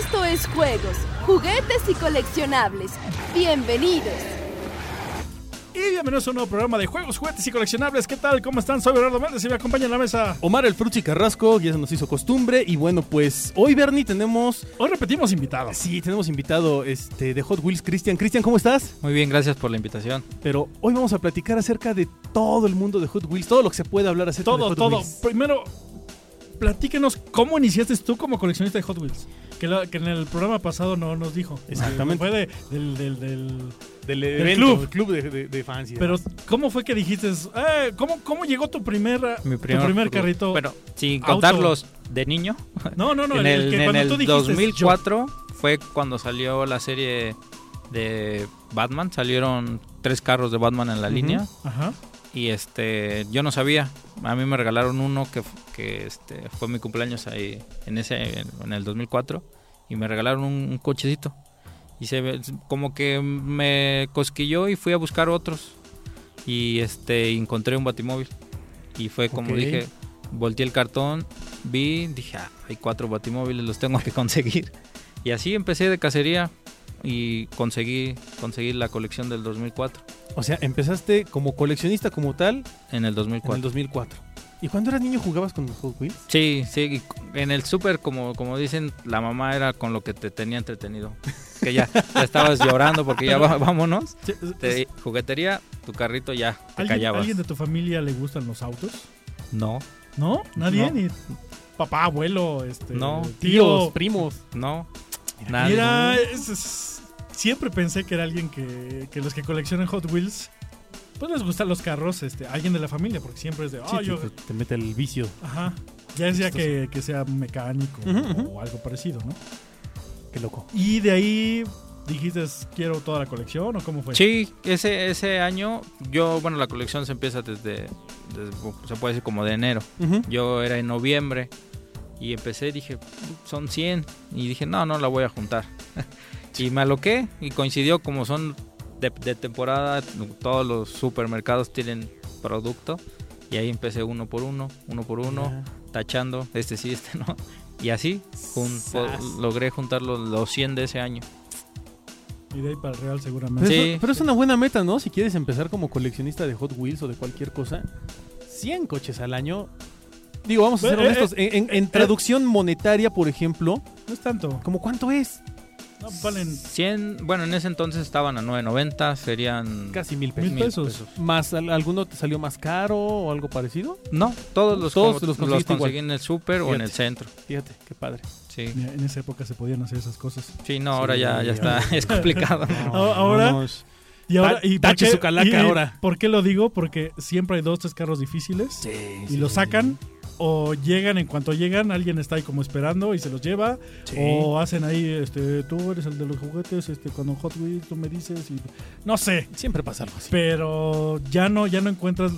Esto es juegos, juguetes y coleccionables. Bienvenidos. Y bienvenidos a un nuevo programa de juegos, juguetes y coleccionables. ¿Qué tal? ¿Cómo están? Soy Bernardo Méndez y me acompaña en la mesa. Omar el Fruchi Carrasco, ya se nos hizo costumbre. Y bueno, pues hoy, Bernie, tenemos. Hoy repetimos invitados. Sí, tenemos invitado este, de Hot Wheels, Cristian. Cristian, ¿cómo estás? Muy bien, gracias por la invitación. Pero hoy vamos a platicar acerca de todo el mundo de Hot Wheels, todo lo que se puede hablar acerca de Todo, Hot todo. Wheels. Primero, platíquenos cómo iniciaste tú como coleccionista de Hot Wheels. Que, la- que en el programa pasado no nos dijo. Exactamente. Fue de- del, del- del- club. Del club. El club de, de, de fans. y Pero, demás. ¿cómo fue que dijiste? eh, ¿cómo, ¿Cómo llegó tu primera, Mi tu primer club. carrito? Bueno, sin auto. contarlos de niño. no, no, no. en el, que en cuando el tú dijiste, 2004 fue cuando salió la serie de Batman. Salieron tres carros de Batman en la Ujú. línea. yo- Ajá. Y este, yo no sabía. A mí me regalaron uno que, f- que este, fue mi cumpleaños ahí en, ese, en el 2004. Y me regalaron un, un cochecito. Y se ve- como que me cosquilló y fui a buscar otros. Y este, encontré un batimóvil. Y fue como Ok. dije, volteé el cartón, vi, dije, "Ah, hay cuatro batimóviles, los tengo que conseguir. Y así empecé de cacería y conseguí, conseguí la colección del 2004. O sea, empezaste como coleccionista como tal En el 2004. en el 2004. ¿Y cuando eras niño jugabas con los Hot Wheels? Sí, sí, y en el súper, como, como dicen, la mamá era con lo que te tenía entretenido. Que ya, ya estabas llorando porque ya va- vámonos. Sí, Eh, Te- juguetería, tu carrito ya, te ¿Alguien, callabas. alguien de tu familia le gustan los autos? No, ¿No? ¿Nadie? No. Ni papá, abuelo, este, No. tío. primos. no, nadie. Mira, es- es- siempre pensé que era alguien que, que los que coleccionan Hot Wheels, pues les gustan los carros, este, alguien de la familia, porque siempre es de, "Ah, Sí, yo, te, te mete el vicio. ajá, ya sea que, que sea mecánico Ujú, ujú. o algo parecido, ¿no? Qué loco. Y de ahí dijiste, quiero toda la colección, ¿o cómo fue? Sí, ese, ese año, yo, bueno, la colección se empieza desde, desde- se puede decir como de enero. Yo era en noviembre y empecé, dije, son 100. Y dije, no, no la voy a juntar. y me aloqué y coincidió como son de, de temporada, todos los supermercados tienen producto. Y ahí empecé uno por uno, uno por uno, tachando, este sí, este no. Y así jun- Sas. logré juntar los, los 100 de ese año. Y de ahí para el Real Pero, seguramente. Sí. es, pero es una buena meta, ¿no? Si quieres empezar como coleccionista de Hot Wheels o de cualquier cosa, 100 coches al año. Digo, vamos a ser Eh, eh, honestos. en, en- en traducción monetaria, por ejemplo, No es tanto. ¿como cuánto es? No, valen 100, bueno, en ese entonces estaban a 9.90, serían... Casi mil pesos. mil mil pesos. pesos. ¿Más al- alguno te salió más caro o algo parecido? No, todos los, Todos como- los los, conseguiste conseguí igual. en el súper o en el Fíjate. centro. Fíjate, qué padre. Sí. Mira, En esa época se podían hacer esas cosas. Sí, no, ahora Sí, ya, ya está, es complicado. ahora- vámonos. Y ahora, Ta- y tache por qué- su calaca y- ahora. ¿Por qué lo digo? Porque siempre hay dos, tres carros difíciles. y los sacan. O llegan, en cuanto llegan, alguien está ahí como esperando y se los lleva. O hacen ahí, este, tú eres el de los juguetes, este, cuando Hot Wheels tú me dices y... No sé, Siempre pasa algo así. pero ya no, ya no encuentras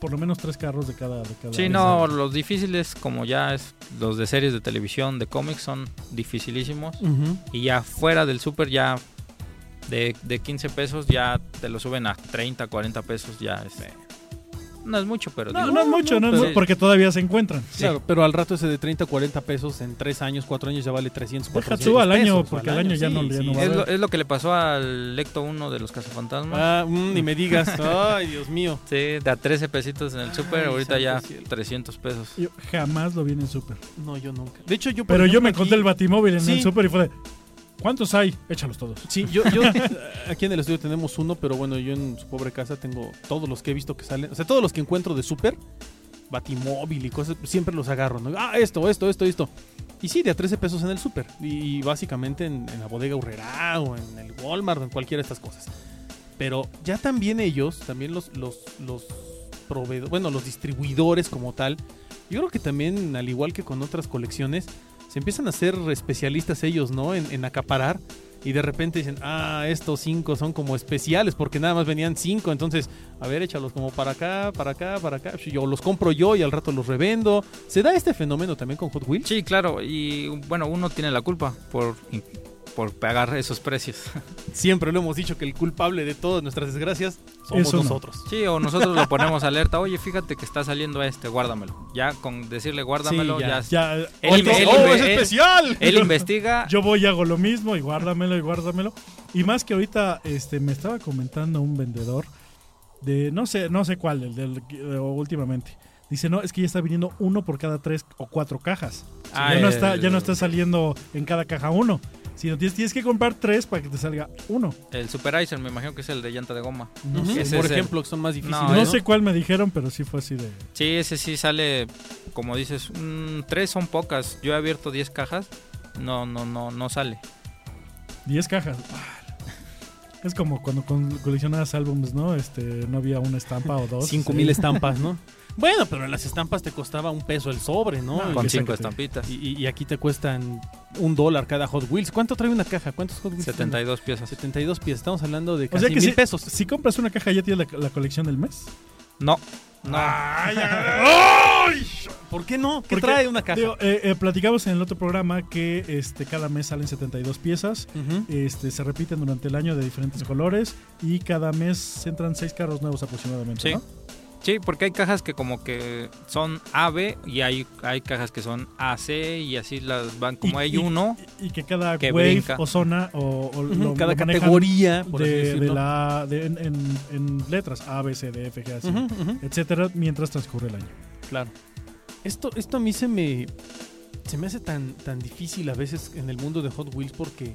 por lo menos tres carros de cada... De cada Sí, no, los difíciles, como ya es los de series de televisión, de cómics, son dificilísimos. Ujú. Y ya fuera del súper, ya de, de 15 pesos, ya te lo suben a 30, 40 pesos, ya es... No es mucho, pero... No, digo, no es mucho, no, es pero- mucho, porque todavía se encuentran. sí. Claro, pero al rato ese de 30, 40 pesos en 3 años, 4 años ya vale 300, Deja 400 tú al año, pesos, porque al año ya no- ya no va a Es ver. lo, es lo que le pasó al Lecto 1 de los Cazafantasmas. Ah, mm, ni me digas. Ay, Dios mío. Sí, de a 13 pesitos Ah, en el súper, Ay, ahorita santo ya cielo. 300 pesos. Yo jamás lo vi en el súper. Pues No, yo nunca. De hecho, yo. por Pero yo ejemplo, me aquí- encontré el batimóvil en el Sí. súper y fue de... ¿Cuántos hay? Échalos todos. Sí, yo, yo- aquí en el estudio tenemos uno, pero bueno, yo en su pobre casa tengo todos los que he visto que salen. O sea, todos los que encuentro de súper, batimóvil y cosas, siempre los agarro. ¿no? Ah, esto, esto, esto, esto. Y sí, de a 13 pesos en el súper. Y, y básicamente en, en la bodega Urrera o en el Walmart o en cualquiera de estas cosas. Pero ya también ellos, también los, los, los proveedores, bueno, los distribuidores como tal, yo creo que también, al igual que con otras colecciones, se empiezan a ser especialistas ellos, ¿no? En, en acaparar. Y de repente dicen, ah, estos cinco son como especiales, porque nada más venían cinco. Entonces, a ver, échalos como para acá, para acá, para acá. Yo los compro yo y al rato los revendo. ¿Se da este fenómeno también con Hot Wheels? Sí, claro, y bueno, uno tiene la culpa por, por pagar esos precios. Siempre lo hemos dicho que el culpable de todas nuestras desgracias somos Eso no. nosotros. Sí, o nosotros lo ponemos alerta. Oye, fíjate que está saliendo este, guárdamelo. Ya con decirle guárdamelo, Sí, ya. ya. Ya, Él hoy inve- no- él ¡Oh, inve- es él- especial! Él investiga. yo voy y hago lo mismo y guárdamelo y guárdamelo. Y más que ahorita este me estaba comentando un vendedor de no sé, no sé cuál, el del eh, últimamente. Dice, no, es que ya está viniendo uno por cada tres o cuatro cajas. Ah, ya, no el- está, ya no está saliendo en cada caja uno. Sino tienes, tienes que comprar tres para que te salga uno. El Superizer, me imagino que es el de llanta de goma. No, Ujú, sé. Ese Por es el- ejemplo, que son más difíciles. No, No ¿eh? sé cuál me dijeron, pero sí fue así de... Sí, ese sí sale, como dices, mm, tres son pocas. Yo he abierto 10 cajas. No, no, no, no sale. 10 cajas. Es como cuando con- coleccionabas álbumes, ¿no? Este, no había una estampa o dos. 5 Sí. mil estampas, ¿no? Bueno, pero las estampas te costaba un peso el sobre, ¿no? No, Y- Con que cinco sácate. estampitas. y, y aquí te cuestan un dólar cada Hot Wheels. ¿Cuánto trae una caja? ¿Cuántos Hot Wheels? tiene? 72 piezas. 72 pies. Estamos hablando de O casi sea que mil si, pesos. si compras una caja ya tienes la, la colección del mes. No, no. Ah, ¿Por qué no? ¿Qué Porque, trae una caja? Digo, eh, eh, platicamos en el otro programa que este, cada mes salen 72 piezas. Ujú. Este, se repiten durante el año de diferentes colores y cada mes entran seis carros nuevos aproximadamente. Sí. ¿no? Sí, porque hay cajas que como que son AB y hay, hay cajas que son AC y así las van como Y- hay y- uno. Y que cada Que wave brinca. o zona o, o Ujú, lo- Cada lo manejan categoría, por así de, de decirlo. la, de- en, en- en letras A, B, C, D, F, G, A, C, Ujú, ujú. etcétera, mientras transcurre el año. Claro. Esto, esto a mí se me. Se me hace tan, tan difícil a veces en el mundo de Hot Wheels porque.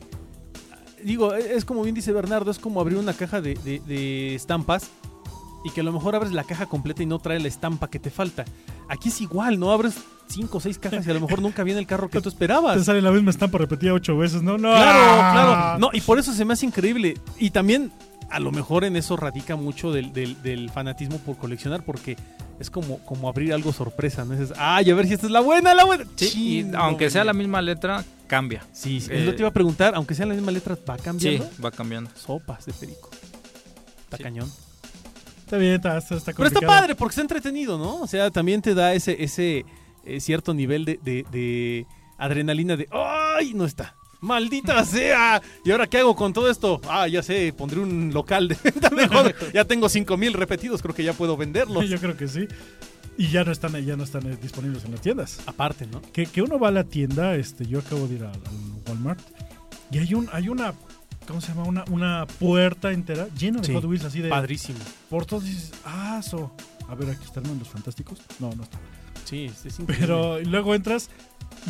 Digo, e- es como bien dice Bernardo, es como abrir una caja de, de- de estampas y que a lo mejor abres la caja completa y no trae la estampa que te falta. Aquí es igual, ¿no? Abres cinco o seis cajas y a lo mejor nunca viene el carro que tú esperabas. Te sale la misma estampa repetida ocho veces, ¿no? no Ah, Claro, ¡Ah! claro. No, y por eso se me hace increíble. Y también, a lo mejor en eso radica mucho del, del- del fanatismo por coleccionar, porque es como, como abrir algo sorpresa, ¿no? Dices, ay, a ver si esta es la buena, la buena. Sí, y Chin, aunque no, sea la güey. misma letra, cambia. Sí, sí. eh, Yo te iba a preguntar, aunque sea la misma letra, ¿va Sí, cambiando? va cambiando. Sopas de perico. Está Sí. cañón. Está bien, está, está, está Pero está complicado. padre porque está entretenido, ¿no? O sea, también te da ese, ese eh, cierto nivel de, de- de adrenalina de ¡ay! No está. ¡Maldita sea! ¿Y ahora qué hago con todo esto? Ah, ya sé, pondré un local de venta mejor. Ya tengo 5000 repetidos, creo que ya puedo venderlos. Yo creo que sí. Y ya no están, ya no están eh, disponibles en las tiendas. Aparte, ¿no? Que, que uno va a la tienda, este, yo acabo de ir al, al Walmart y hay un, hay una, ¿cómo se llama? Una, una puerta entera llena de Sí. Hot Wheels así de Padrísimo. por todos dices, ah, so. A ver, aquí están los fantásticos. No, no está. Sí, es, es increíble. Pero luego entras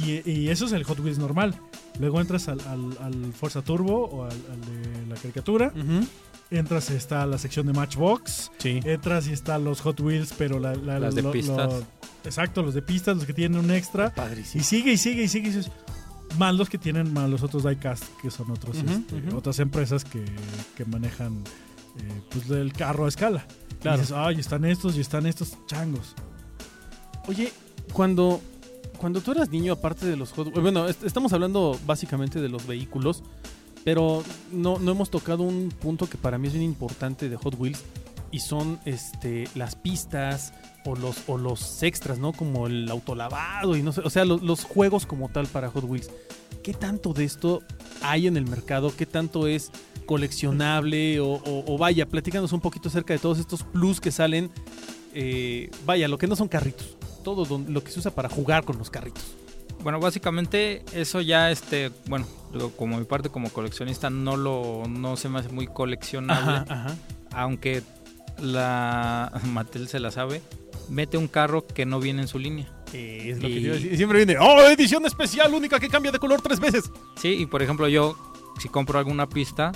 y, y eso es el Hot Wheels normal. Luego entras al, al- al Forza Turbo o al, al de la caricatura. Ujú. Entras, está la sección de Matchbox. Sí. Entras y están los Hot Wheels, pero la, la- Las de lo- lo- pistas. exacto, los de pistas, los que tienen un extra. Y Padrísimo. sigue y sigue y sigue. Y dices, más los que tienen más los otros diecast, que son otros, Ujú, este, ujú. otras empresas que, que manejan eh, pues, el carro a escala. Y Claro. dices, ay, están estos y están estos changos. Oye, cuando, cuando tú eras niño, aparte de los Hot Wheels- bueno, est- estamos hablando básicamente de los vehículos, pero no, no hemos tocado un punto que para mí es bien importante de Hot Wheels y son este, las pistas o los, o los extras, ¿no? Como el autolavado y no sé, o sea, los, los juegos como tal para Hot Wheels. ¿Qué tanto de esto hay en el mercado? ¿Qué tanto es coleccionable? O, o- o vaya, platícanos un poquito acerca de todos estos plus que salen. eh, vaya, lo que no son carritos. Todo don- lo que se usa para jugar con los carritos. Bueno, básicamente eso ya, este, bueno, digo, como mi parte como coleccionista no lo, no se me hace muy coleccionable, ajá. aunque la Mattel se la sabe, mete un carro que no viene en su línea. Eh, es lo que Y- te iba a decir. Siempre viene, ¡oh, edición especial única que cambia de color tres veces! Sí, y por ejemplo yo, si compro alguna pista,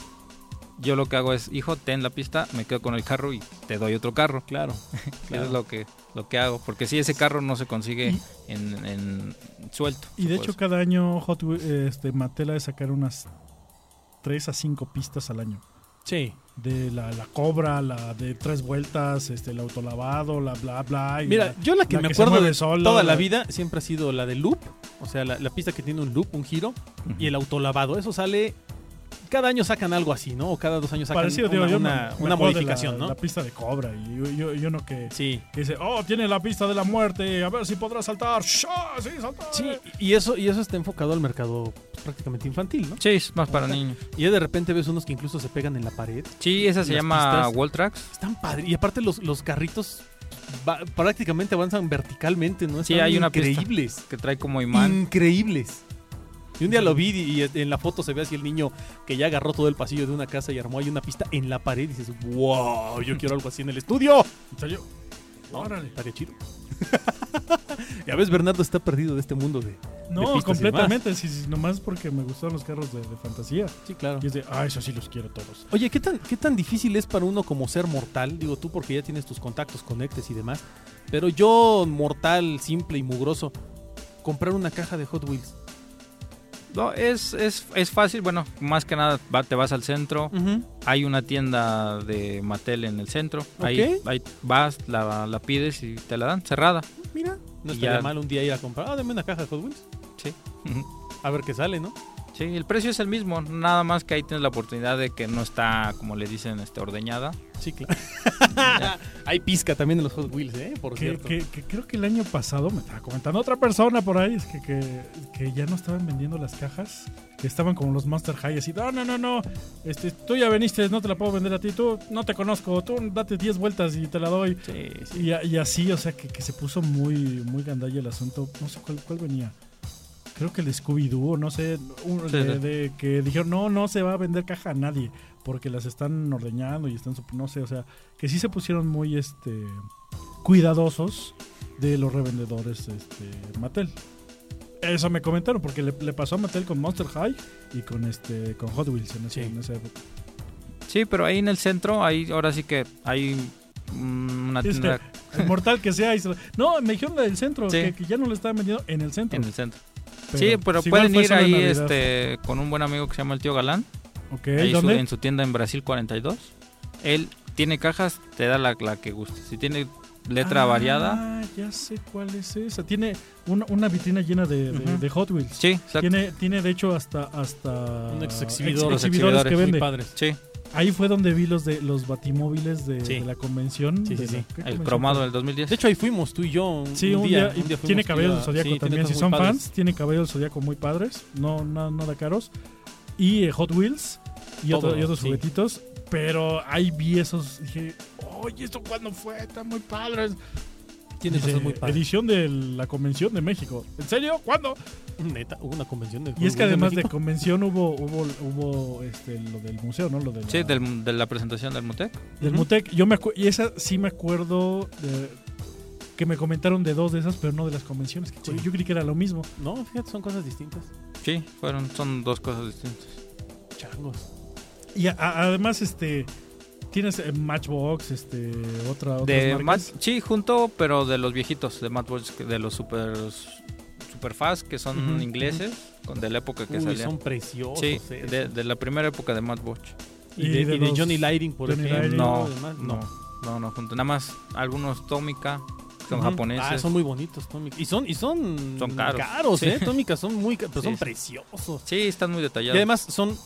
yo lo que hago es, hijo, ten la pista, me quedo con el carro y te doy otro carro. Claro, Eso es lo que, lo que hago, porque si ese carro no se consigue Y- en, en suelto. Y de pues. hecho, cada año Hot Wheels, este, Mattel ha de sacar unas 3 a 5 pistas al año. Sí. De la, la cobra, la de tres vueltas, este, el autolavado, la bla bla. y Mira, la- yo la que la me que se acuerdo mueve de solo, toda la la- vida siempre ha sido la de loop, o sea, la, la pista que tiene un loop, un giro, y el autolavado. Eso sale Cada año sacan algo así, ¿no? O cada dos años sacan Parecido, una, digo, yo me- una- me una acuerdo de modificación, la, ¿no? La pista de cobra. Y yo, yo, yo no que, Sí. que dice, oh, tiene la pista de la muerte, a ver si podrá saltar. ¡Shá! Sí, saltar. Sí, y eso, y eso está enfocado al mercado pues, prácticamente infantil, ¿no? Sí, es más para niños. Y ya de repente ves unos que incluso se pegan en la pared. Sí, esa se Las llama pistas. Wall Tracks. Están padres. Y aparte los, los carritos va- prácticamente avanzan verticalmente, ¿no? Sí, Están hay una pista. increíbles. Que trae como Mm. imán. increíbles. Y un día lo vi y, y en la foto se ve así el niño que ya agarró todo el pasillo de una casa y armó ahí una pista en la pared y dices, wow, yo quiero algo así en el estudio. ¿En serio? No, Órale. Estaría chido. ya ves, Bernardo está perdido de este mundo de... pistas y No, demás. completamente. Sí, sí, nomás porque me gustaron los carros de, de fantasía. Sí, claro. Y es de, ah, eso sí los quiero todos. Oye, ¿qué tan, ¿qué tan difícil es para uno como ser mortal? Digo tú porque ya tienes tus contactos, conectes y demás. Pero yo, mortal, simple y mugroso, comprar una caja de Hot Wheels. No, es, es, es fácil. Bueno, más que nada va- te vas al centro. Hay una tienda de Mattel en el centro. Ahí, Ok. ahí vas, la, la pides y te la dan cerrada. Mira, no Y estaría ya- mal un día ir a comprar. Ah, dame una caja de Hot Wheels. Sí. A ver qué sale, ¿no? Sí, el precio es el mismo, nada más que ahí tienes la oportunidad de que no está, como le dicen, este, ordeñada. Sí, claro. Hay pizca también en los Hot Wheels, ¿eh? Por Que, cierto. que- que creo que el año pasado me estaba comentando otra persona por ahí, es que, que, que ya no estaban vendiendo las cajas, que estaban como los Master High, así, no, no, no, no, este, tú ya veniste, no te la puedo vender a ti, tú no te conozco, tú date 10 vueltas y te la doy. Sí, sí. Y, a- y así, o sea, que, que se puso muy, muy gandalla el asunto, no sé cuál, cuál venía. Creo que el Scooby-Doo, no sé, un- Sí, de, sí. de que dijeron, no, no se va a vender caja a nadie, porque las están ordeñando y están, sup- no sé, o sea, que sí se pusieron muy este cuidadosos de los revendedores este, Mattel. Eso me comentaron, porque le, le pasó a Mattel con Monster High y con este con Hot Wheels en, ese- Sí. en esa época. Sí, pero ahí en el centro, ahí ahora sí que hay mm, una Es que- tienda este, El mortal que sea. y se- No, me dijeron la del centro, Sí. que, que ya no le estaban vendiendo en el centro. en el centro. Pero, sí, pero pues, igual pueden fue ir solo en ahí Navidad. este, con un buen amigo que se llama el tío Galán, Ok, ahí su- ¿dónde? en su tienda en Brasil 42. Él tiene cajas, te da la, la que guste. Si tiene letra Ah, variada, ya sé cuál es esa. Tiene una, una vitrina llena de, de- Ujú. de Hot Wheels. sí, exacto. Tiene, tiene de hecho hasta hasta Unos Ah, exhibidores, ex- exhibidores que muy vende. padres. Sí, Ahí fue donde vi los de los batimóviles de, Sí. de la convención. Sí, de sí, la- sí. ¿qué el convención cromado fue? del 2010. De hecho, ahí fuimos tú y yo. Un, Sí, un día. un día fuimos tiene tú y cabellos yo del a- zodiaco sí, tiene también. Si cosas muy son padres. fans, tiene cabellos del zodiaco muy padres. No, na- nada caros. Y eh, Hot Wheels y, Todo, otro- y otros sí. juguetitos. Pero ahí vi esos. Dije, oye, ¿esto cuándo fue? Están muy padres. Tiene Dice, cosas muy padres. Edición de la Convención de México. ¿En serio? ¿Cuándo? Neta, hubo una Pues convención de. Y es que Hot Wheels además en de México. convención hubo hubo, hubo este, lo del museo, ¿no? Lo de la- Sí, del- de la presentación del Mutec. del Ujú. Mutec. Yo me acu- y esa sí me acuerdo de- que me comentaron de dos de esas, pero no de las convenciones. que Sí. Yo creí que era lo mismo. No, fíjate, son cosas distintas. Sí, fueron, son dos cosas distintas. Changos. Y a- a- además, este. Tienes eh, Matchbox, este. Otra. Otras De marcas. Mat- sí, junto, pero de los viejitos, de Matchbox, de los super, super fast, que son Ujú, ingleses, con de la época que Uy, salían. son preciosos. Sí, esos. de, de la primera época de Matchbox. y, de, Y de y de los- Johnny Lighting, por Johnny ejemplo. Lighting. No, demás, no, no, no, junto. Nada más algunos Tómica, que son Ujú. japoneses. Ah, son muy bonitos, Tómica. Y son, y son, Son caros. Sí. ¿eh? Tómica son muy caros, pero Sí, son sí. preciosos. Sí, están muy Y detallados. además son,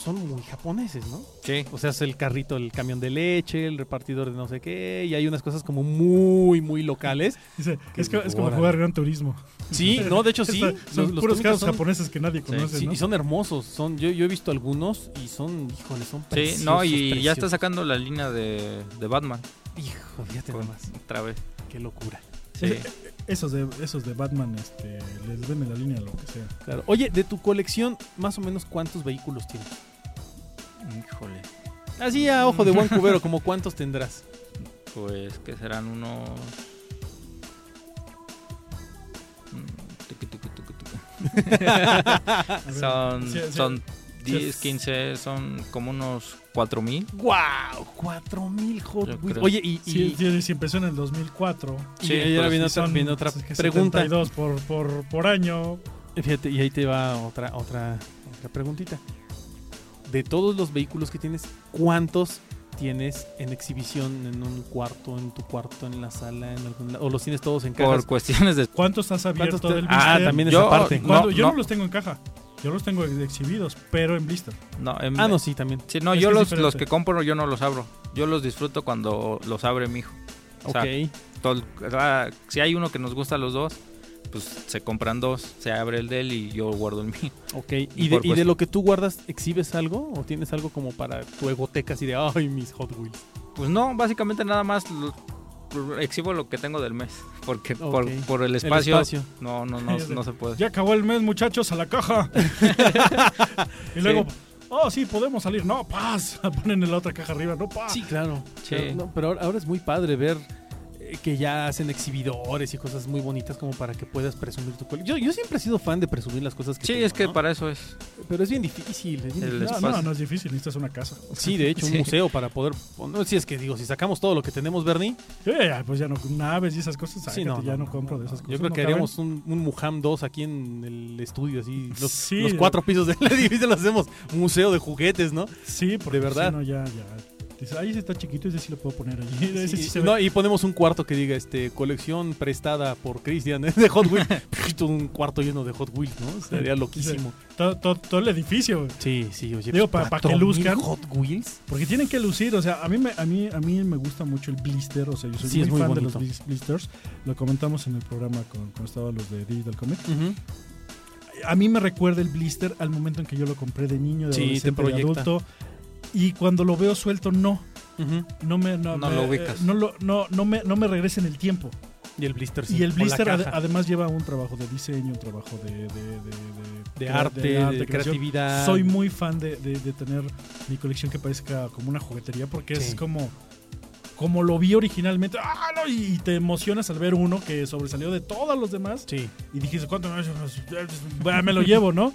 son muy japoneses, ¿no? sí, O sea, es el carrito, el camión de leche, el repartidor de no sé qué, y hay unas cosas como muy, muy locales. Dice, Qué es, que- es como órale. jugar Gran Turismo. Sí, no, de hecho sí. Esta- son los- los puros tómicos casos son- japoneses que nadie conoce, sí, ¿no? y son hermosos. Son, yo, yo he visto algunos y son, híjole, son preciosos. sí, no, y ya está preciosos. sacando la línea de, de Batman. Hijo, fíjate con- nomás. otra vez. Qué locura. Sí. Esos de, esos de Batman, este, les venden la línea lo que sea. Claro. Oye, de tu colección, más o menos, ¿cuántos vehículos tienes? Híjole. Así a ojo de buen cubero, como cuántos tendrás. Pues que serán unos. Mm, tucu, tucu, tucu, tucu. A ver, Son, sí, sí. son 10, es- 15, son como unos 4000. ¡Guau! ¡Cuatro mil Hot Yo Wheels! creo. Oye, y, y, Sí, sí, si empezó en el 2004. Sí, y ahora pero viene sí otra, son, viene otra pues, es que pregunta. 72 por, por, por año. Fíjate, y ahí te va otra, otra, otra preguntita. De todos los vehículos que tienes, ¿cuántos tienes en exhibición, en un cuarto, en tu cuarto, en la sala, en algún lado? ¿O los tienes todos en cajas? Por cuestiones de. ¿Cuánto estás abierto ¿Cuántos te- del Ah, Mister? también esa Yo- parte. no, ¿Cuándo? Yo no. no. los tengo en caja. Yo los tengo ex- exhibidos, pero en blister. No, en- Ah, no, sí, también. Sí, no, Es yo que es los, diferente. los que compro yo no los abro. Yo los disfruto cuando los abre mi hijo. O sea, ok. tol- ah, si hay uno que nos gusta a los dos, pues se compran dos, se abre el de él y yo guardo el mío. Ok, ¿Y de, por y de cuestión. lo que tú guardas, exhibes algo? ¿O tienes algo como para tu egoteca así de, ay, mis Hot Wheels? Pues no, básicamente nada más lo- exhibo lo que tengo del mes, porque Ok. por, por el, El espacio, espacio. no no no, no se puede. Ya acabó el mes, muchachos, a la caja. y luego, oh, sí, podemos salir. No, paz. Ponen en la otra caja arriba. No, paz. Sí, claro. Ah. Sí. Pero, no, pero ahora, ahora es muy padre ver eh, que ya hacen exhibidores y cosas muy bonitas como para que puedas presumir tu colección. Yo, yo siempre he sido fan de presumir las cosas que Sí, tengo, es que ¿no? para eso es. Pero es bien difícil. es bien No, difícil. El- les Ah, no, pasa. no es difícil. Necesitas una casa. Sí, de hecho, un Sí. museo para poder... No, si es que digo, si sacamos todo lo que tenemos, Bernie, Eh, pues ya no, naves y esas cosas. Sí, sácate, no, ya no, no, no, compro no, de esas no. cosas. Yo creo no que caben. haríamos un, un Muham 2 aquí en el estudio, así. Los, Sí. los cuatro pisos del edificio lo hacemos museo de juguetes, ¿no? Sí, porque de pues, verdad. sí, no, ya, ya. Dices, ahí está chiquito, ese sí lo puedo poner allí. Ese sí, Sí, se ve. no, y ponemos un cuarto que diga, este, colección prestada por Christian ¿eh? de Hot Wheels. un cuarto lleno de Hot Wheels, ¿no? Sería loquísimo. Todo, todo- todo el edificio, güey. Sí, sí, oye. Digo, pues, pa- pa' 4,000 que luzcan. Hot Wheels. Porque tienen que lucir, o sea, a mí me, a mí, a mí me gusta mucho el blister, o sea, yo soy Sí, muy, es muy fan bonito. de los blis- blisters. Lo comentamos en el programa con, cuando estaban los de Digital Comic. A mí me recuerda el blister al momento en que yo lo compré de niño, de Sí, te adolescente, de proyecta. adulto. Y cuando lo veo suelto, no. Ujú. No me, no, No me- lo ubicas. eh, no, lo- no, no me, no me regresa en el tiempo. Y el blister, sí, Y el Pues con la blister ade- caja además lleva un trabajo de diseño, un trabajo de, de- de- de- de crea- arte, de, creación. creatividad. Soy muy fan de, de- de tener mi colección que parezca como una juguetería porque Sí. es como, como lo vi originalmente. ¡Ah, no! Y te emocionas al ver uno que sobresalió de todos los demás. Sí. Y dijiste, ¿cuánto? me- Bah, Me lo llevo, ¿no?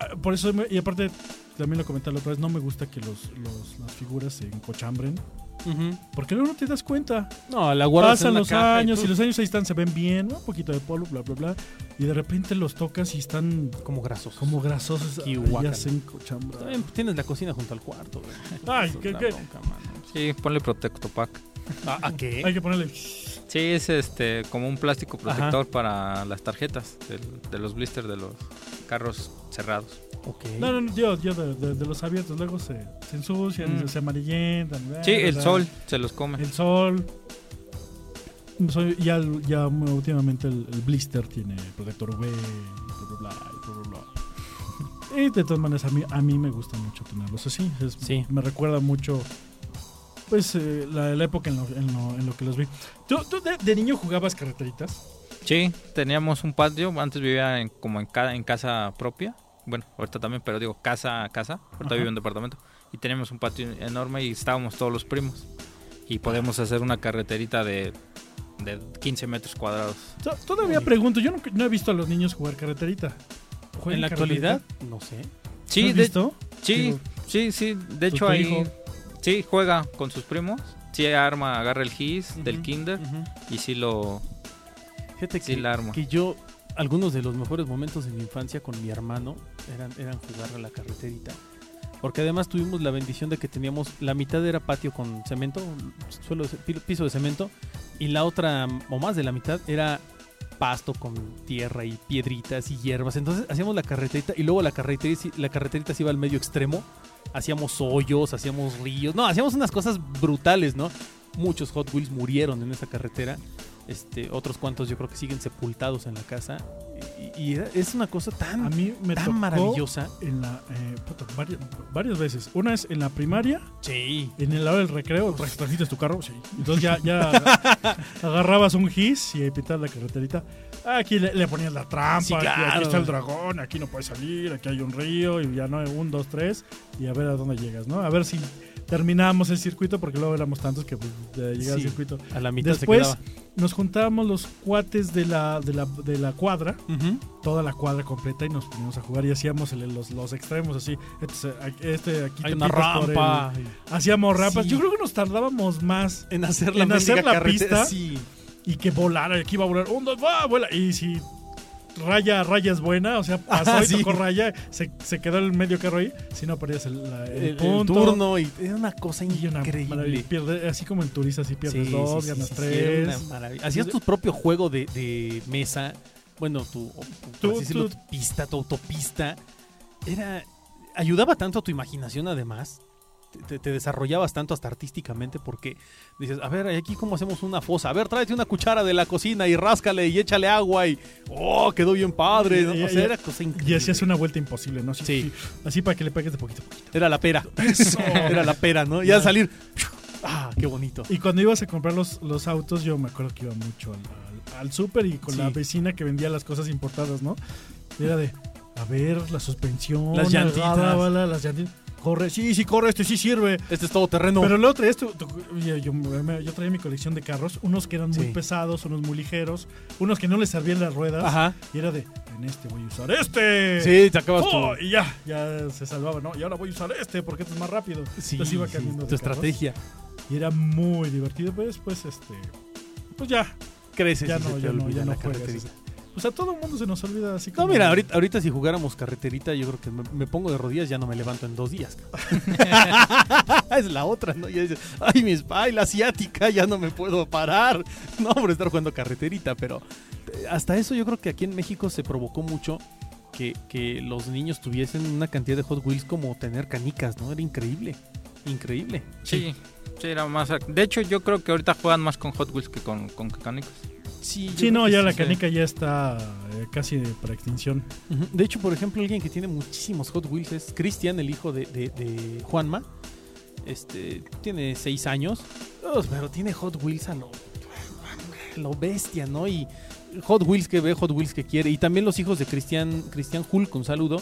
Ah, Por eso, me- y aparte, también lo comenté la otra vez, no me gusta que los, los- las figuras se encochambren. Ujú. Porque luego no te das cuenta. No, la guardas en Pasan una los caja años tú- y los años ahí están, se ven bien, ¿no? un poquito de polvo, bla, bla, bla. Y de repente los tocas y están Como grasos. como grasosos. Qué Ay, guácala. ya se encochambra. También tienes la cocina junto al cuarto, güey. Ay, Esa es ¿qué- la qué? bronca, mano. Sí, ponle Protectopack. ¿A, a qué? Hay que ponerle. Sí, es este como un plástico Ajá. protector para las tarjetas del- de los blisters de los carros cerrados. Ok. No, no, no, yo, yo de, de- de los abiertos, luego se, se ensucian, Mm. se amarillentan. bla, Sí, bla, el bla. sol se los come. El sol. Soy- ya, ya últimamente el, el blister tiene protector UV, bla, bla, bla, bla, bla, bla. Y de todas maneras, a mí, a mí me gusta mucho tenerlos así. es- Sí. Me recuerda mucho pues eh, la, la época en lo, en lo- en lo que los vi. ¿Tú, tú de, de niño jugabas carreteritas? Sí, teníamos un patio, antes vivía en- como en, ca- en casa propia, bueno, ahorita también, pero digo casa a casa, ahorita Ajá. vivo en departamento, y teníamos un patio enorme y estábamos todos los primos, y podíamos hacer una carreterita de, de 15 metros cuadrados. To- Todavía Sí. pregunto, yo nunca- no, he visto a los niños jugar carreterita. ¿Juegan en la carreterita? actualidad, no sé. ¿Tú Sí, has de, visto? sí, Digo, sí, sí, de tu- hecho tu ahí, hijo. sí, juega con sus primos, sí arma, agarra el gis del Ujú, kinder, ujú. y sí lo... Fíjate que, Sí, la arma. que yo, algunos de los mejores momentos de mi infancia con mi hermano eran, eran jugar a la carreterita. Porque además tuvimos la bendición de que teníamos la mitad era patio con cemento, suelo de ce- pi- piso de cemento, y la otra, o más de la mitad, era pasto con tierra y piedritas y hierbas. Entonces hacíamos la carreterita y luego la carreterita, la carreterita se iba al medio extremo. Hacíamos hoyos, hacíamos ríos. No, hacíamos unas cosas brutales, ¿no? Muchos Hot Wheels murieron en esa carretera. Este, otros cuantos yo creo que siguen sepultados en la casa. Y, y era- es una cosa A tan, mí me tocó tan maravillosa. en la eh, puta, varias, varias veces. Una es en la primaria, Sí. en el lado del recreo, tra- trajiste tu carro, sí. Entonces ya, ya aga- agarrabas un gis y ahí pintabas la carreterita. Aquí le, le ponías la trampa, Sí, aquí- aquí, claro. está el dragón, aquí no puedes salir, aquí hay un río y ya no, un, dos, tres, y a ver a dónde llegas, ¿no? A ver si terminábamos el circuito, porque luego éramos tantos que pues, de llegar al Sí. circuito. A la mitad Después se quedaba. nos juntábamos los cuates de la, de la, de la cuadra toda la cuadra completa y nos poníamos a jugar y hacíamos el- los, los extremos así. Este, se- este aquí Hay te una picas por rampa. el- hacíamos rampas. Sí. Yo creo que nos tardábamos más En hacer la, En hacer mendiga la carretera, pista. Sí. y que volara. y Aquí iba a volar. Un, dos, va, vuela. Y si raya, raya es buena, o sea, pasó Ah, y sí. tocó raya, se, se quedó el medio carro ahí. Si no, perdías el, la- el El, el punto. turno y era una cosa Y una increíble. maravilla. Pierde- así como en turista, así pierdes Sí, dos, sí, sí, ganas sí, sí, era tres. una maravilla. Hacías tu propio juego de, de mesa. Bueno, tu, o- Tú- por así decirlo, tú- tu pista, tu autopista. era ayudaba tanto a tu imaginación además. Te- Te, te desarrollabas tanto hasta artísticamente porque dices, a ver, aquí cómo hacemos una fosa. A ver, tráete una cuchara de la cocina y ráscale y échale agua y, oh, quedó bien padre. ¿no? Y- O y- sea, era cosa increíble. Y así es una vuelta imposible, ¿no? Así, Sí. así, así para que le pegues de poquito a poquito. Era la pera. Era la pera, ¿no? Y al salir, ah, qué bonito. Y cuando ibas a comprar los, los autos, yo me acuerdo que iba mucho al, al, al súper y con Sí. la vecina que vendía las cosas importadas, ¿no? Y era de, a ver, la suspensión, Las la llantitas. bla, bla, bla, las llantitas. Corre, sí, sí, corre, este sí sirve. Este es todo terreno. Pero luego traías tu- tu- yo, yo- me- yo traía mi colección de carros, unos que eran Sí. muy pesados, unos muy ligeros, unos que no les servían las ruedas. Ajá. Y era de, en este voy a usar este. Sí, te acabas Oh, tu, y ya, ya se salvaba, ¿no? Y ahora voy a usar este porque este es más rápido. sí, Entonces iba sí, cambiando de tu carros. estrategia. Y era muy divertido, pero después, este. Pues ya, Creces ya y se no, te ya no, olvida ya la no juegas. carreterita. ese. O sea, todo el mundo se nos olvida así No, como. mira, ahorita, ahorita si jugáramos carreterita, yo creo que me, me pongo de rodillas, ya no me levanto en dos días. es la otra, ¿no? Ya dices, ay, mi espalda asiática, ya no me puedo parar. No, por estar jugando carreterita, pero eh, hasta eso yo creo que aquí en México se provocó mucho que, que los niños tuviesen una cantidad de Hot Wheels como tener canicas, ¿no? Era increíble, increíble. Sí, sí, era más. ac- De hecho, yo creo que ahorita juegan más con Hot Wheels que con, con canicas. Sí, Sí, no, ya la sí. canica ya está eh, casi de para extinción. Ujú. De hecho, por ejemplo, alguien que tiene muchísimos Hot Wheels es Cristian, el hijo de, de- de Juanma. Este, tiene seis años, Oh, pero tiene Hot Wheels a lo, a lo bestia, ¿no? Y Hot Wheels que ve, Hot Wheels que quiere. Y también los hijos de Cristian, Cristian Hulk, un saludo.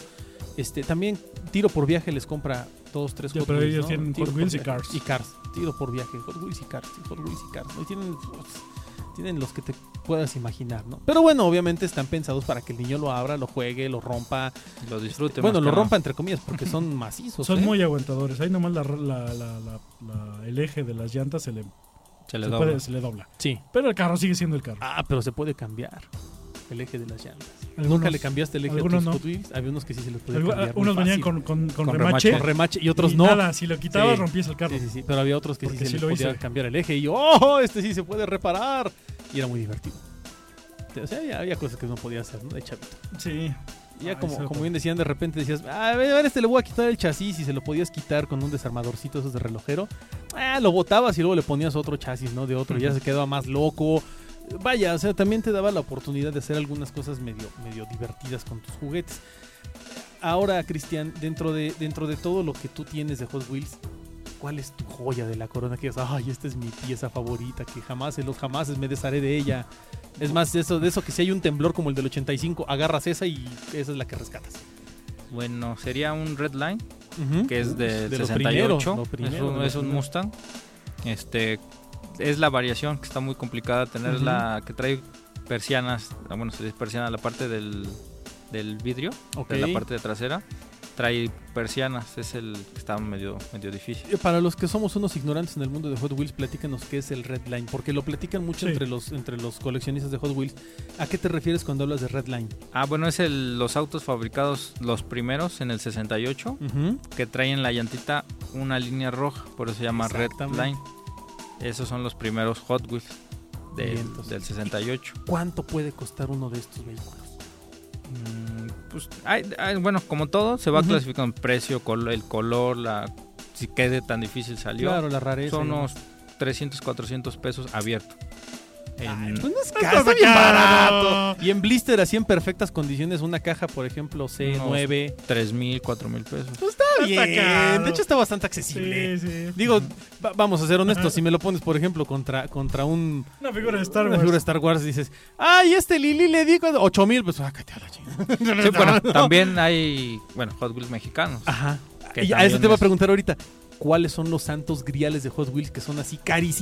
Este, también tiro por viaje les compra todos tres Ya, Hot pero Wheels. ellos ¿no? tienen Tiro Hot por Wheels y viaje. Cars. Y Cars. Tiro por viaje, Hot Wheels y Cars, y Hot Wheels y Cars. ¿no? Y tienen, pues, tienen los que te puedas imaginar, ¿no? Pero bueno, obviamente están pensados para que el niño lo abra, lo juegue, lo rompa. Lo disfruten. bueno, más lo que nada. rompa entre comillas porque son macizos. Son ¿eh? muy aguantadores. Ahí nomás la, la- la- la- la- el eje de las llantas se le, Se le se da. puede- una. se le dobla. Sí. Pero el carro sigue siendo el carro. Ah, pero se puede cambiar el eje de las llantas. Algunos- Nunca le cambiaste el eje algunos a tus no. Hot Wheels. Había unos que sí se les podía Algu- cambiar. muy unos venían fácil. con, con, con Con remache, remache. Con remache y otros y no. Nada, si lo quitabas Sí. rompías el carro. Sí, sí, sí. Pero había otros que sí Porque se sí les lo podía hice. cambiar el eje y yo, ¡oh! Este sí se puede reparar. Y era muy divertido. O sea, había, había cosas que no podía hacer, ¿no? De chavito. Sí. Y ya Ay, como, sí, como pero- bien decían, de repente decías, "Ah, a ver, a ver, este le voy a quitar el chasis y se lo podías quitar con un desarmadorcito esos de relojero. Ah, lo botabas y luego le ponías otro chasis, ¿no? De otro, y ya se quedaba más loco. Vaya, o sea, también te daba la oportunidad de hacer algunas cosas medio, medio divertidas con tus juguetes. Ahora, Cristian, dentro de, dentro de todo lo que tú tienes de Hot Wheels, ¿cuál es tu joya de la corona? Que digas, ay, esta es mi pieza favorita, que jamás en los jamás me desharé de ella. Es más, de eso, de eso que si hay un temblor como el del 85, agarras esa y esa es la que rescatas. Bueno, sería un Red Line, que es del De lo 68. primero, lo primero, es de un, lo es un primero. Mustang. Este. Es la variación que está muy complicada tener Ujú. la que trae persianas. ah, Bueno, se dice persiana la parte del, del vidrio, Ok. de la parte de trasera. Trae persianas, es el que está medio, medio difícil. Eh, Para los que somos unos ignorantes en el mundo de Hot Wheels, platícanos qué es el Red Line, porque lo platican mucho Sí. entre, los, entre los coleccionistas de Hot Wheels. ¿A qué te refieres cuando hablas de Red Line? Ah, bueno, es el, los autos fabricados los primeros en el 68. que traen la llantita una línea roja, por eso se llama Red Exactamente. Line. Esos son los primeros Hot Wheels del, Vientos. del 68. ¿Cuánto puede costar uno de estos vehículos? Mm, pues, hay- hay- bueno, como todo, se va Ujú. clasificando precio, colo- el color, la si quede tan difícil salió. Claro, la rareza. son y demás. unos 300, 400 pesos abierto. En- Ay, pues no es Está caro, está bien caro. barato. Y en blister, así en perfectas condiciones, una caja, por ejemplo, C9. 3 mil, 4 mil pesos. Pues Está Está bien. caro. De hecho, está bastante accesible. Sí, sí. Digo, va- vamos a ser honestos, si me lo pones, por ejemplo, contra, contra un Una figura de Star Wars. una figura de Star Wars, dices, ay, este Lili le di 8 mil, pues sácate a la chingada. Sí, bueno, también hay, bueno, Hot Wheels mexicanos. Ajá. Que Y a también eso te iba a es- preguntar ahorita, ¿cuáles son los santos griales de Hot Wheels que son así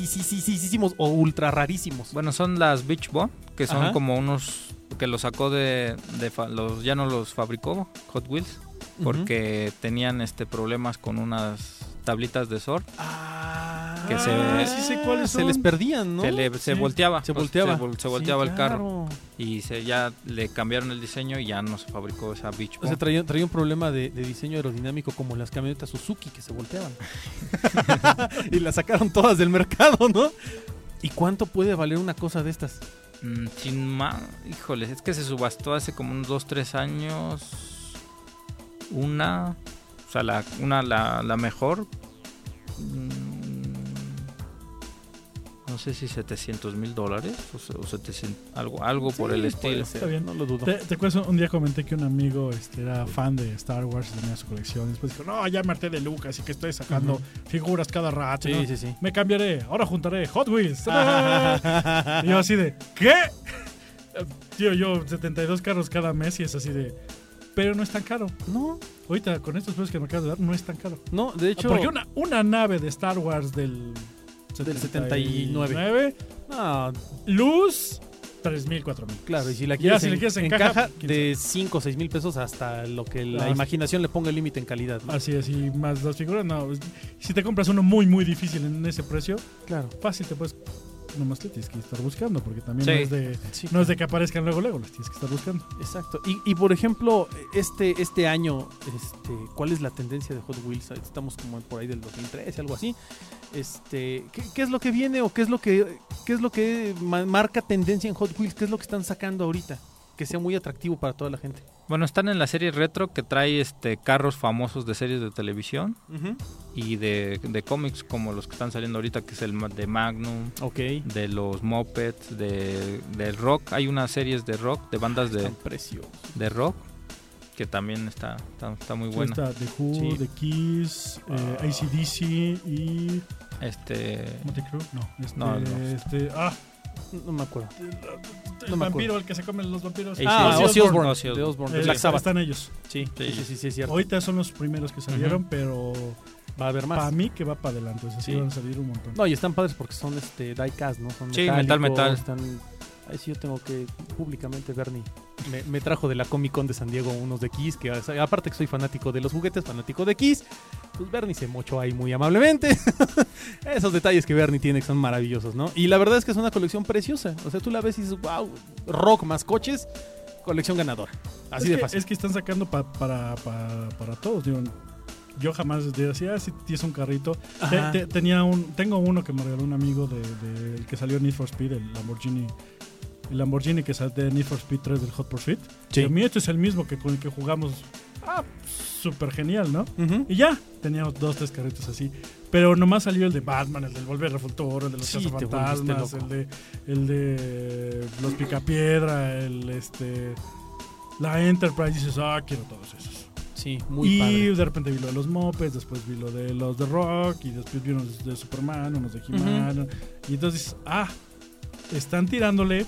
carísimos o ultra rarísimos? Bueno, son las Beach Bond, que son Ajá. como unos que los sacó de, de fa- los ya no los fabricó Hot Wheels porque tenían este problemas con unas tablitas de sort Ah, que se- sí sé cuáles se son. les les perdían, ¿no? se, le- se Sí. volteaba Se pues, volteaba. se, vol- se volteaba el carro y se ya le cambiaron el diseño y ya no se fabricó esa Beach O sea, Bond. traía, traía un problema de, de diseño aerodinámico como las camionetas Suzuki que se volteaban. y las sacaron todas del mercado, ¿no? ¿Y cuánto puede valer una cosa de estas? Mm, sin más, híjoles, es que se subastó hace como unos 2 3 años una, o sea, la, una, la, la mejor, mm, no sé si 700 mil dólares o, se- o 700, algo, algo por el estilo. pues, Está bien. no lo dudo. Te, te acuerdas, un día comenté que un amigo este, era fan de Star Wars y tenía su colección. Después dijo, no, ya me harté de Lucas y que estoy sacando figuras cada rato. ¿no? Sí, sí, sí. Me cambiaré, ahora juntaré Hot Wheels. ¡Tadá! y yo así de, ¿qué? Tío, yo 72 carros cada mes y es así de, pero no es tan caro. No, Ahorita con estos precios que me acabas de dar, no es tan caro. no, de hecho. Porque una, una nave de Star Wars del, Del 79. No, luz, 3.000, 4.000. claro, y si la Ya, quieres, si la en- quieres en en caja, caja, quién de 5 o 6 mil pesos hasta lo que la Ah, imaginación le ponga el límite en calidad. ¿no? Así es, y más las figuras, no. es- Si te compras uno muy, muy difícil en ese precio, Claro. fácil te puedes. Nomás le tienes que estar buscando, porque también Sí. no, es de, Sí, no es de que aparezcan luego, luego, las tienes que estar buscando. Exacto. Y, y, por ejemplo, este, este año, este, ¿cuál es la tendencia de Hot Wheels? Estamos como por ahí del 2013, algo así. Este, ¿qué, qué es lo que viene o qué es lo que, qué es lo que ma- marca tendencia en Hot Wheels? ¿Qué es lo que están sacando ahorita? Que sea muy atractivo para toda la gente. Bueno, están en la serie retro que trae este carros famosos de series de televisión y de, de cómics como los que están saliendo ahorita, que es el ma- de Magnum, Ok. de los Mopeds, de, del rock. Hay unas series de rock, de bandas de, Están preciosos. de rock, que también está, está, está muy Sí, buena. Está The Who, Sí. The Kiss, eh, Ah. ACDC y. Este, ¿Motley Crue? No, este. No, no. este ah, No me acuerdo. el, el No me vampiro, el que se comen los vampiros. Ozzy Ah, Osbourne. Ozzy Osbourne. Ozzy Osbourne. De Osbourne. Eh, de Black Sabbath. Están ellos. Sí, sí, Sí. sí, sí, sí, es cierto. Ahorita son los primeros que salieron, pero va a haber más. para mí que va para adelante. Es así, Sí. van a salir un montón. No, y están padres porque son este diecast, ¿no? Son Sí, metal, metal. Están... Ahí sí yo tengo que públicamente, Bernie. Me, me trajo de la Comic Con de San Diego unos de Kiss, que o sea, aparte que soy fanático de los juguetes, fanático de Kiss, pues Bernie se mochó ahí muy amablemente. Esos detalles que Bernie tiene que son maravillosos, ¿no? Y la verdad es que es una colección preciosa. O sea, tú la ves y dices, wow, rock más coches, colección ganadora. Así es de que, fácil. Es que están sacando pa- para, para, para todos. Digo, yo jamás decía, ah, si tienes un carrito. Te- Ajá. te- tenía un, tengo uno que me regaló un amigo del de, el que salió en Need for Speed, el Lamborghini. El Lamborghini que salió de Need for Speed 3 del Hot Pursuit. Sí. Y a mí este es el mismo que con el que jugamos. Ah, súper genial, ¿no? Ujú. Y ya, teníamos dos, tres carritos así. Pero nomás salió el de Batman, el del Volver al Futuro, el de los Sí, te Cazafantasmas, volviste el de, el de los Picapiedra, el este. La Enterprise, dices, ah, quiero todos esos. Sí, muy y padre. de repente vi lo de los Mopeds, después vi lo de los de Rock, y después vi unos de Superman, unos de He-Man. Y entonces, dices, ah, están tirándole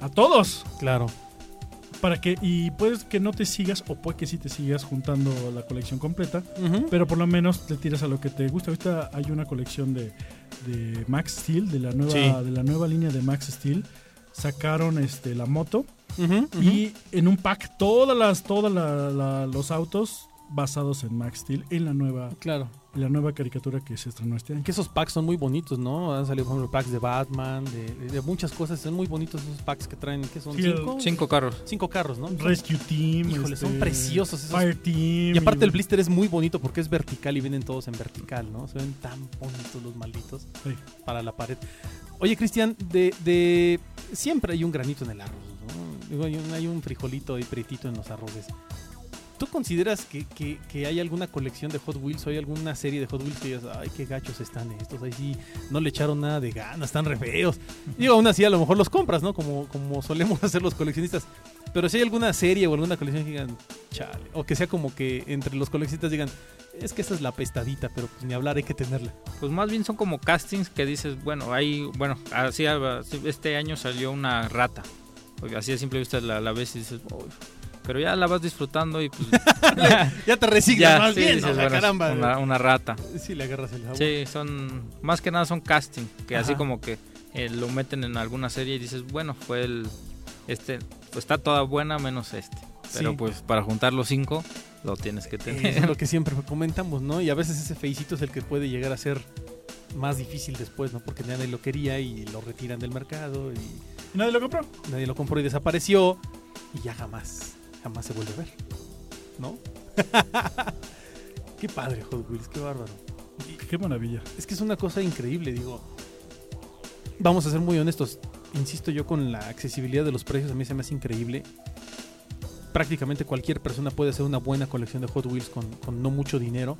a todos Claro. para que y puedes que no te sigas o puede que sí te sigas juntando la colección completa Ujú. pero por lo menos te tiras a lo que te gusta. Ahorita hay una colección de, de Max Steel, de la nueva, Sí. de la nueva línea de Max Steel. Sacaron este la moto Ujú, ujú. y en un pack todas las, todas la- la- los autos basados en Max Steel en la nueva, Claro. en la nueva caricatura que se estrenó este año. Que esos packs son muy bonitos, ¿no? Han salido, por ejemplo, packs de Batman, de, de- de muchas cosas. Son muy bonitos esos packs que traen, que son Sí, el- cinco, cinco carros. cinco carros, ¿no? Rescue Team, este, Híjole, son preciosos esos. Fire Team. Y aparte el blister es muy bonito porque es vertical y vienen todos en vertical, ¿no? Se ven tan bonitos los malditos Sí. para la pared. Oye, Cristian, de, de- siempre hay un granito en el arroz, ¿no? Digo, hay, un, hay un frijolito ahí prietito en los arroces. ¿Tú consideras que, que- que hay alguna colección de Hot Wheels o hay alguna serie de Hot Wheels que digas, ay, qué gachos están estos, ahí sí, no le echaron nada de ganas, están re feos? Digo, aún así a lo mejor los compras, ¿no? Como, como solemos hacer los coleccionistas. Pero si hay alguna serie o alguna colección que digan, chale, o que sea como que entre los coleccionistas digan, es que esa es la pestadita, pero pues ni hablar, hay que tenerla. Pues más bien son como castings que dices, bueno, hay, bueno, así, así, este año salió una rata. Oye, Así a simple vista la, la ves y dices, "Uy". pero ya la vas disfrutando y pues Ya te resignas ya, más sí, bien, dices, o sea, bueno, es caramba. eh, una, una rata. Sí, le agarras el agua. Sí, son, más que nada son casting, que Ah, así Ajá. como que eh, lo meten en alguna serie y dices, bueno, fue el, este, pues está toda buena menos este. Pero Sí. pues para juntar los cinco, lo tienes que Eh, tener. eso es lo que siempre comentamos, ¿no? Y a veces ese feicito es el que puede llegar a ser más difícil después, ¿no? Porque nadie lo quería y lo retiran del mercado y ¿Y nadie lo compró? nadie lo compró y desapareció y ya jamás, jamás se vuelve a ver, ¿no? qué padre, Hot Wheels, qué bárbaro. Qué maravilla. Es que es una cosa increíble, digo. Vamos a ser muy honestos. Insisto yo con la accesibilidad de los precios, a mí se me hace increíble prácticamente cualquier persona puede hacer una buena colección de Hot Wheels con, con no mucho dinero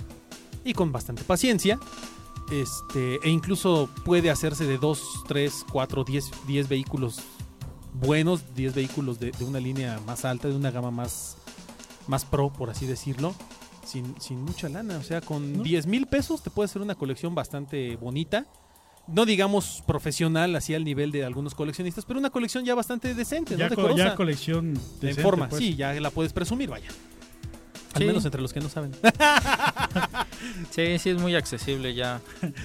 y con bastante paciencia. Este, e incluso puede hacerse de 2, 3, 4, 10, 10 vehículos buenos, 10 vehículos de, de una línea más alta, de una gama más, más pro, por así decirlo, sin, sin mucha lana. O sea, con ¿No? 10 mil pesos te puede hacer una colección bastante bonita. No digamos profesional, así al nivel de algunos coleccionistas, pero una colección ya bastante decente, Ya, ¿no? co- ya Decorosa. colección En decente, forma, pues. sí, ya la puedes presumir, vaya. Al Sí. menos entre los que no saben. Sí, sí, es muy accesible ya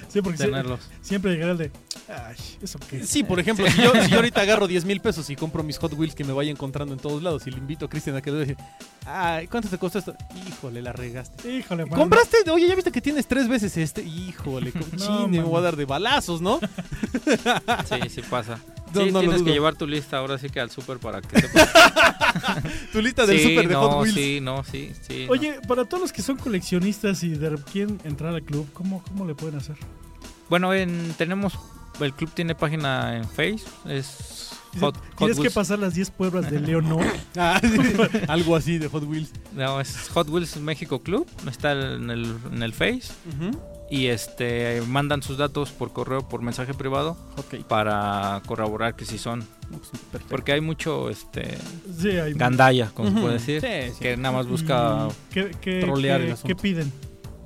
Sí, porque sie- tenerlos. siempre llegará el de. Ay, ¿eso qué? Sí, por ejemplo, si yo, si yo ahorita agarro 10 mil pesos y compro mis Hot Wheels que me vaya encontrando en todos lados y le invito a Cristian a que le diga, ay, ¿cuánto te costó esto? Híjole, la regaste. Híjole, mano. ¿Compraste? Oye, ya viste que tienes tres veces este. Híjole, co- No, chin, me mano. voy a dar de balazos, ¿no? Sí, sí pasa. No, sí, no lo tienes dudo. que llevar tu lista ahora sí que al súper para que sepas. Tu lista del sí, super de no, Hot Wheels. sí, no, sí, sí. no. Oye, para todos los que son coleccionistas y de quieren entrar al club, ¿cómo, cómo le pueden hacer? Bueno, en, tenemos. El club tiene página en Face. Es Dice, Hot, Hot Tienes que Wheels. pasar las 10 pueblas de Leonor. Ah, sí, algo así de Hot Wheels. No, es Hot Wheels México Club. Está en el, en el Face. Ujú. Y este mandan sus datos por correo, por mensaje privado. Ok. Para corroborar que sí son. Ups, perfecto. Porque hay mucho este sí, hay gandalla, como se Ujú. puede decir. Sí, sí. Que nada más Mm, busca. ¿Qué, qué, trolear qué- el asunto. qué piden?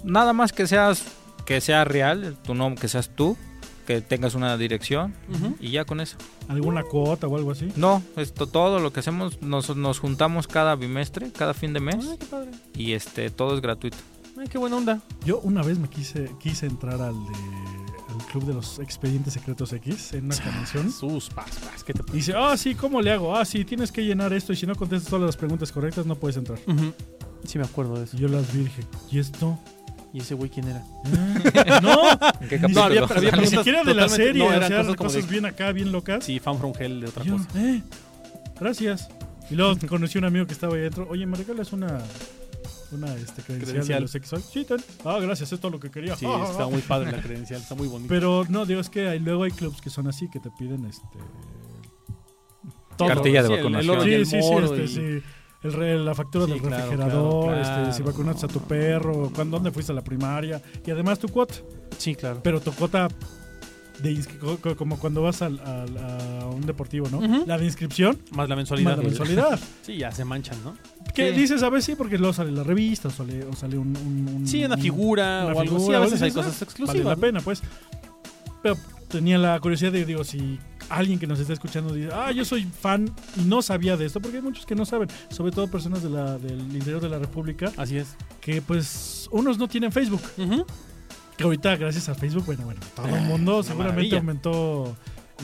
Nada más que seas. Que sea real, tu nombre, que seas tú. Que tengas una dirección. Ujú. Y ya con eso. ¿Alguna cuota o algo así? No, esto todo lo que hacemos nos, nos juntamos cada bimestre, cada fin de Ay, mes qué padre. y este todo es gratuito. Ay, qué buena onda. Yo una vez me quise, quise entrar al, de- al club de los expedientes secretos X en una convención. Sus paspas, ¿qué te Y Dice, ah, sí, ¿cómo le hago? Ah, sí, tienes que llenar esto y si no contestas todas las preguntas correctas no puedes entrar. Ujú. Sí, me acuerdo de eso. Y yo las vi y dije, ¿y esto? ¿Y ese güey quién era? Ah, no, ¿En qué Ni capítulo? había- había- ni preguntas siquiera de la totalmente- serie. no, o eran sea, cosas cosas, como de- bien acá, bien locas. Sí, Fan From Hell de otra Y yo, cosa. eh, gracias. Y luego conocí a un amigo que estaba ahí adentro. Oye, ¿me regalas una, una este, credencial, de Credencial. los X? Sí, ten. Ah, gracias, es todo lo que quería. Sí, Ah, ah, está ah. muy padre la credencial, está muy bonita. Pero no, digo, es que hay, luego hay clubs que son así, que te piden este... todo. Cartilla de Sí, el- el vacunación. orden. Sí, el sí, moro sí, este, y- sí. El re- la factura Sí, del claro, refrigerador, claro, este, claro, si vacunaste a tu no, perro, cuándo, dónde fuiste a la primaria, y además tu cuota. Sí, claro. Pero tu cuota de inscri- co- co- como cuando vas al, al- a un deportivo, ¿no? Ujú. La de inscripción, Más la mensualidad. más la mensualidad. Mm, Sí, ya se manchan, ¿no? Que Sí. dices, a veces sí, porque luego sale la revista, o sale, o sale un, un- un- Sí, una un- figura una o algo así. mm. figura, A veces hay dices, cosas "Ah, exclusivas. Vale la ¿no? pena, pues. Pero tenía la curiosidad de, digo, si alguien que nos está escuchando dice, ah, yo soy fan y no sabía de esto, porque hay muchos que no saben, sobre todo personas de la- del interior de la República, Así es. que pues unos no tienen Facebook. Ujú. Que ahorita, gracias a Facebook, bueno, bueno, todo el mundo seguramente Eh, maravilla. aumentó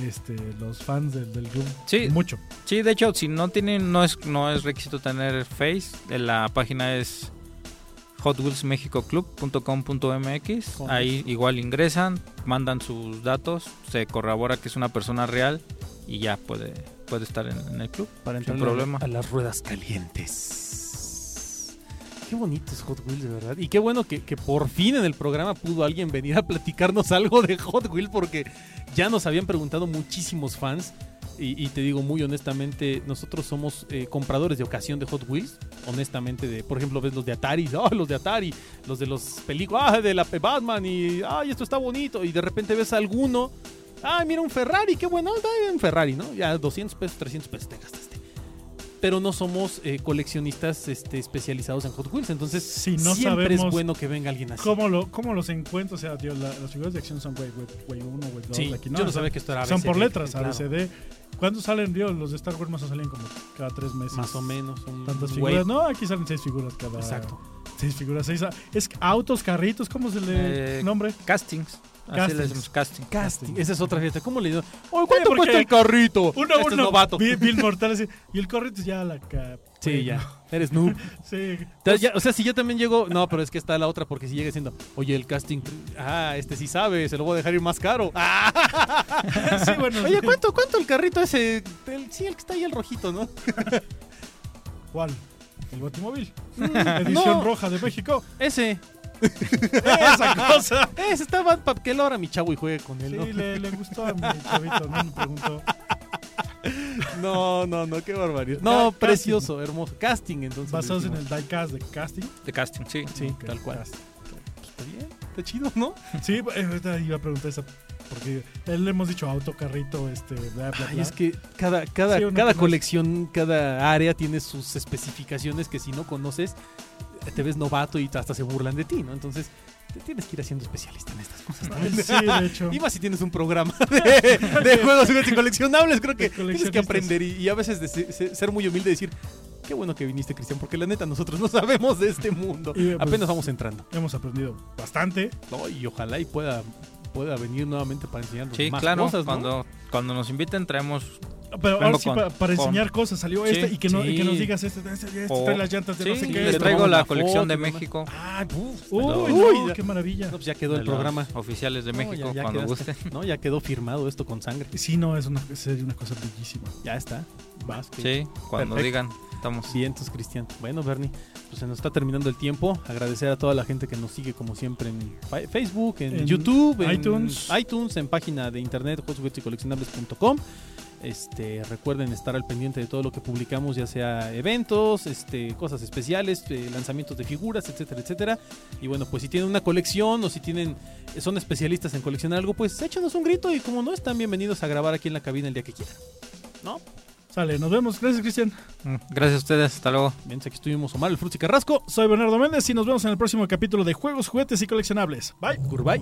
este, los fans del, del club Sí. mucho. Sí, de hecho, si no tienen no es no es requisito tener Face, en la página es hotwheelsmexicoclub.com.mx. Con- Ahí igual ingresan, mandan sus datos, se corrobora que es una persona real y ya puede puede estar en, en el club. Para Sin entrar problema. a las ruedas calientes. Qué bonitos Hot Wheels, de verdad. Y qué bueno que, que por fin en el programa pudo alguien venir a platicarnos algo de Hot Wheels porque ya nos habían preguntado muchísimos fans. Y, y te digo muy honestamente, nosotros somos eh, compradores de ocasión de Hot Wheels. Honestamente, de, por ejemplo, ves los de Atari, ah, los de Atari, los de los películas, ah, de la pe- Batman y, ay, esto está bonito. Y de repente ves alguno, ay, mira un Ferrari, qué bueno, ay, un Ferrari, ¿no? Ya 200 pesos, 300 pesos te gastaste. Pero no somos eh, coleccionistas este, especializados en Hot Wheels, entonces Si no siempre es sabemos bueno que venga alguien así. ¿Cómo, lo, ¿Cómo los encuentro? O sea, tío, la- las figuras de acción son güey, güey, güey, uno, güey, dos, Sí, aquí no. yo no O sea, sabía que esto era Son por ABCD, letras, claro. ABCD. ¿Cuándo salen, tío? Los de Star Wars más o salen como cada tres meses. Más o menos. Un Tantas un figuras. wave. No, aquí salen seis figuras cada. Exacto. Seis figuras, seis. a- Es autos, carritos, ¿cómo se le Eh, nombre? Castings. Así Castings. le decimos casting. Casting. Casting. Esa es otra fiesta. ¿Cómo le digo? Oye, ¿cuánto Eh, porque- cuesta el carrito? Uno, Este es uno. novato. Bill, Bill Mortal así. Y el carrito ya la. ca- Sí, güey, ya. Eres noob. Sí. Ya- ya, o sea, si yo también llego. No, pero es que está la otra, porque si llega siendo, oye, el casting. Ah, este sí sabe, se lo voy a dejar ir más caro. Ah, Sí, bueno. oye, sí. ¿cuánto, ¿cuánto el carrito ese? El- sí, el que está ahí, el rojito, ¿no? ¿Cuál? El Batimóvil. Mm, no. Edición roja de México. Ese. Esa cosa. Ese estaba para que lo ahora mi chavo y juegue con él, ¿no? Sí, le, le gustó a mi chavito, no me preguntó. No, no, no, qué barbaridad. Ca- No, casting. precioso, hermoso. Casting, entonces. Basados en le el diecast de casting. De casting, sí. Sí, Ok, tal cual. cast. Pues Está bien, está chido, ¿no? Sí, eh, ahorita iba a preguntar esa. Porque él le hemos dicho auto, carrito, este. Bla, bla, Ay, bla. es que cada, cada, Sí, una cada cosa es- colección, cada área tiene sus especificaciones que si no conoces, eh, te ves novato y hasta se burlan de ti, ¿no? Entonces, te tienes que ir haciendo especialista en estas cosas. Ay, también. Sí, de hecho. Y más si tienes un programa de, de juegos y coleccionables, creo De que tienes que coleccionistas. aprender y, y a veces de se- se- ser muy humilde y decir, qué bueno que viniste, Cristian, porque la neta nosotros no sabemos de este mundo. Y, pues, Apenas vamos entrando. Hemos aprendido bastante. No, y ojalá y pueda, pueda venir nuevamente para enseñarnos Sí, más claro. cosas, ¿no? cuando, cuando nos inviten traemos... Pero ahora Vengo sí, con- pa- para con- enseñar cosas. Salió Sí, este y que, no, y que nos sí. digas este, este, este, O- trae las llantas de Sí, no sé sí, qué. les le Uy, traigo tomamos la la colección foto y de demás. México. Ay, uf, Uy, uy, no, ya- qué maravilla. no, pues ya quedó de el los programa. Oficiales de No, México, ya- ya cuando quedaste. guste. No, ya quedó firmado esto con sangre. Sí, no, es una, sería una cosa bellísima. Ya está. Más que Sí, cuando Perfecto. digan, estamos... Vientos, Cristian. Bueno, Bernie, pues se nos está terminando el tiempo. Agradecer a toda la gente que nos sigue, como siempre, en fa- Facebook, en, En YouTube, en iTunes. iTunes, en página de internet, juegosjuguetesycoleccionables.com. Este, recuerden estar al pendiente de todo lo que publicamos, ya sea eventos, este, cosas especiales, eh, lanzamientos de figuras, etcétera, etcétera. Y bueno, pues si tienen una colección o si tienen son especialistas en coleccionar algo, pues échanos un grito y como no están bienvenidos a grabar aquí en la cabina el día que quieran. ¿No? Sale, nos vemos. Gracias, Cristian. Mm, Gracias a ustedes, hasta luego. Bien, aquí estuvimos Omar, el Frutti Carrasco. Soy Bernardo Méndez y nos vemos en el próximo capítulo de Juegos, Juguetes y Coleccionables. Bye. Goodbye.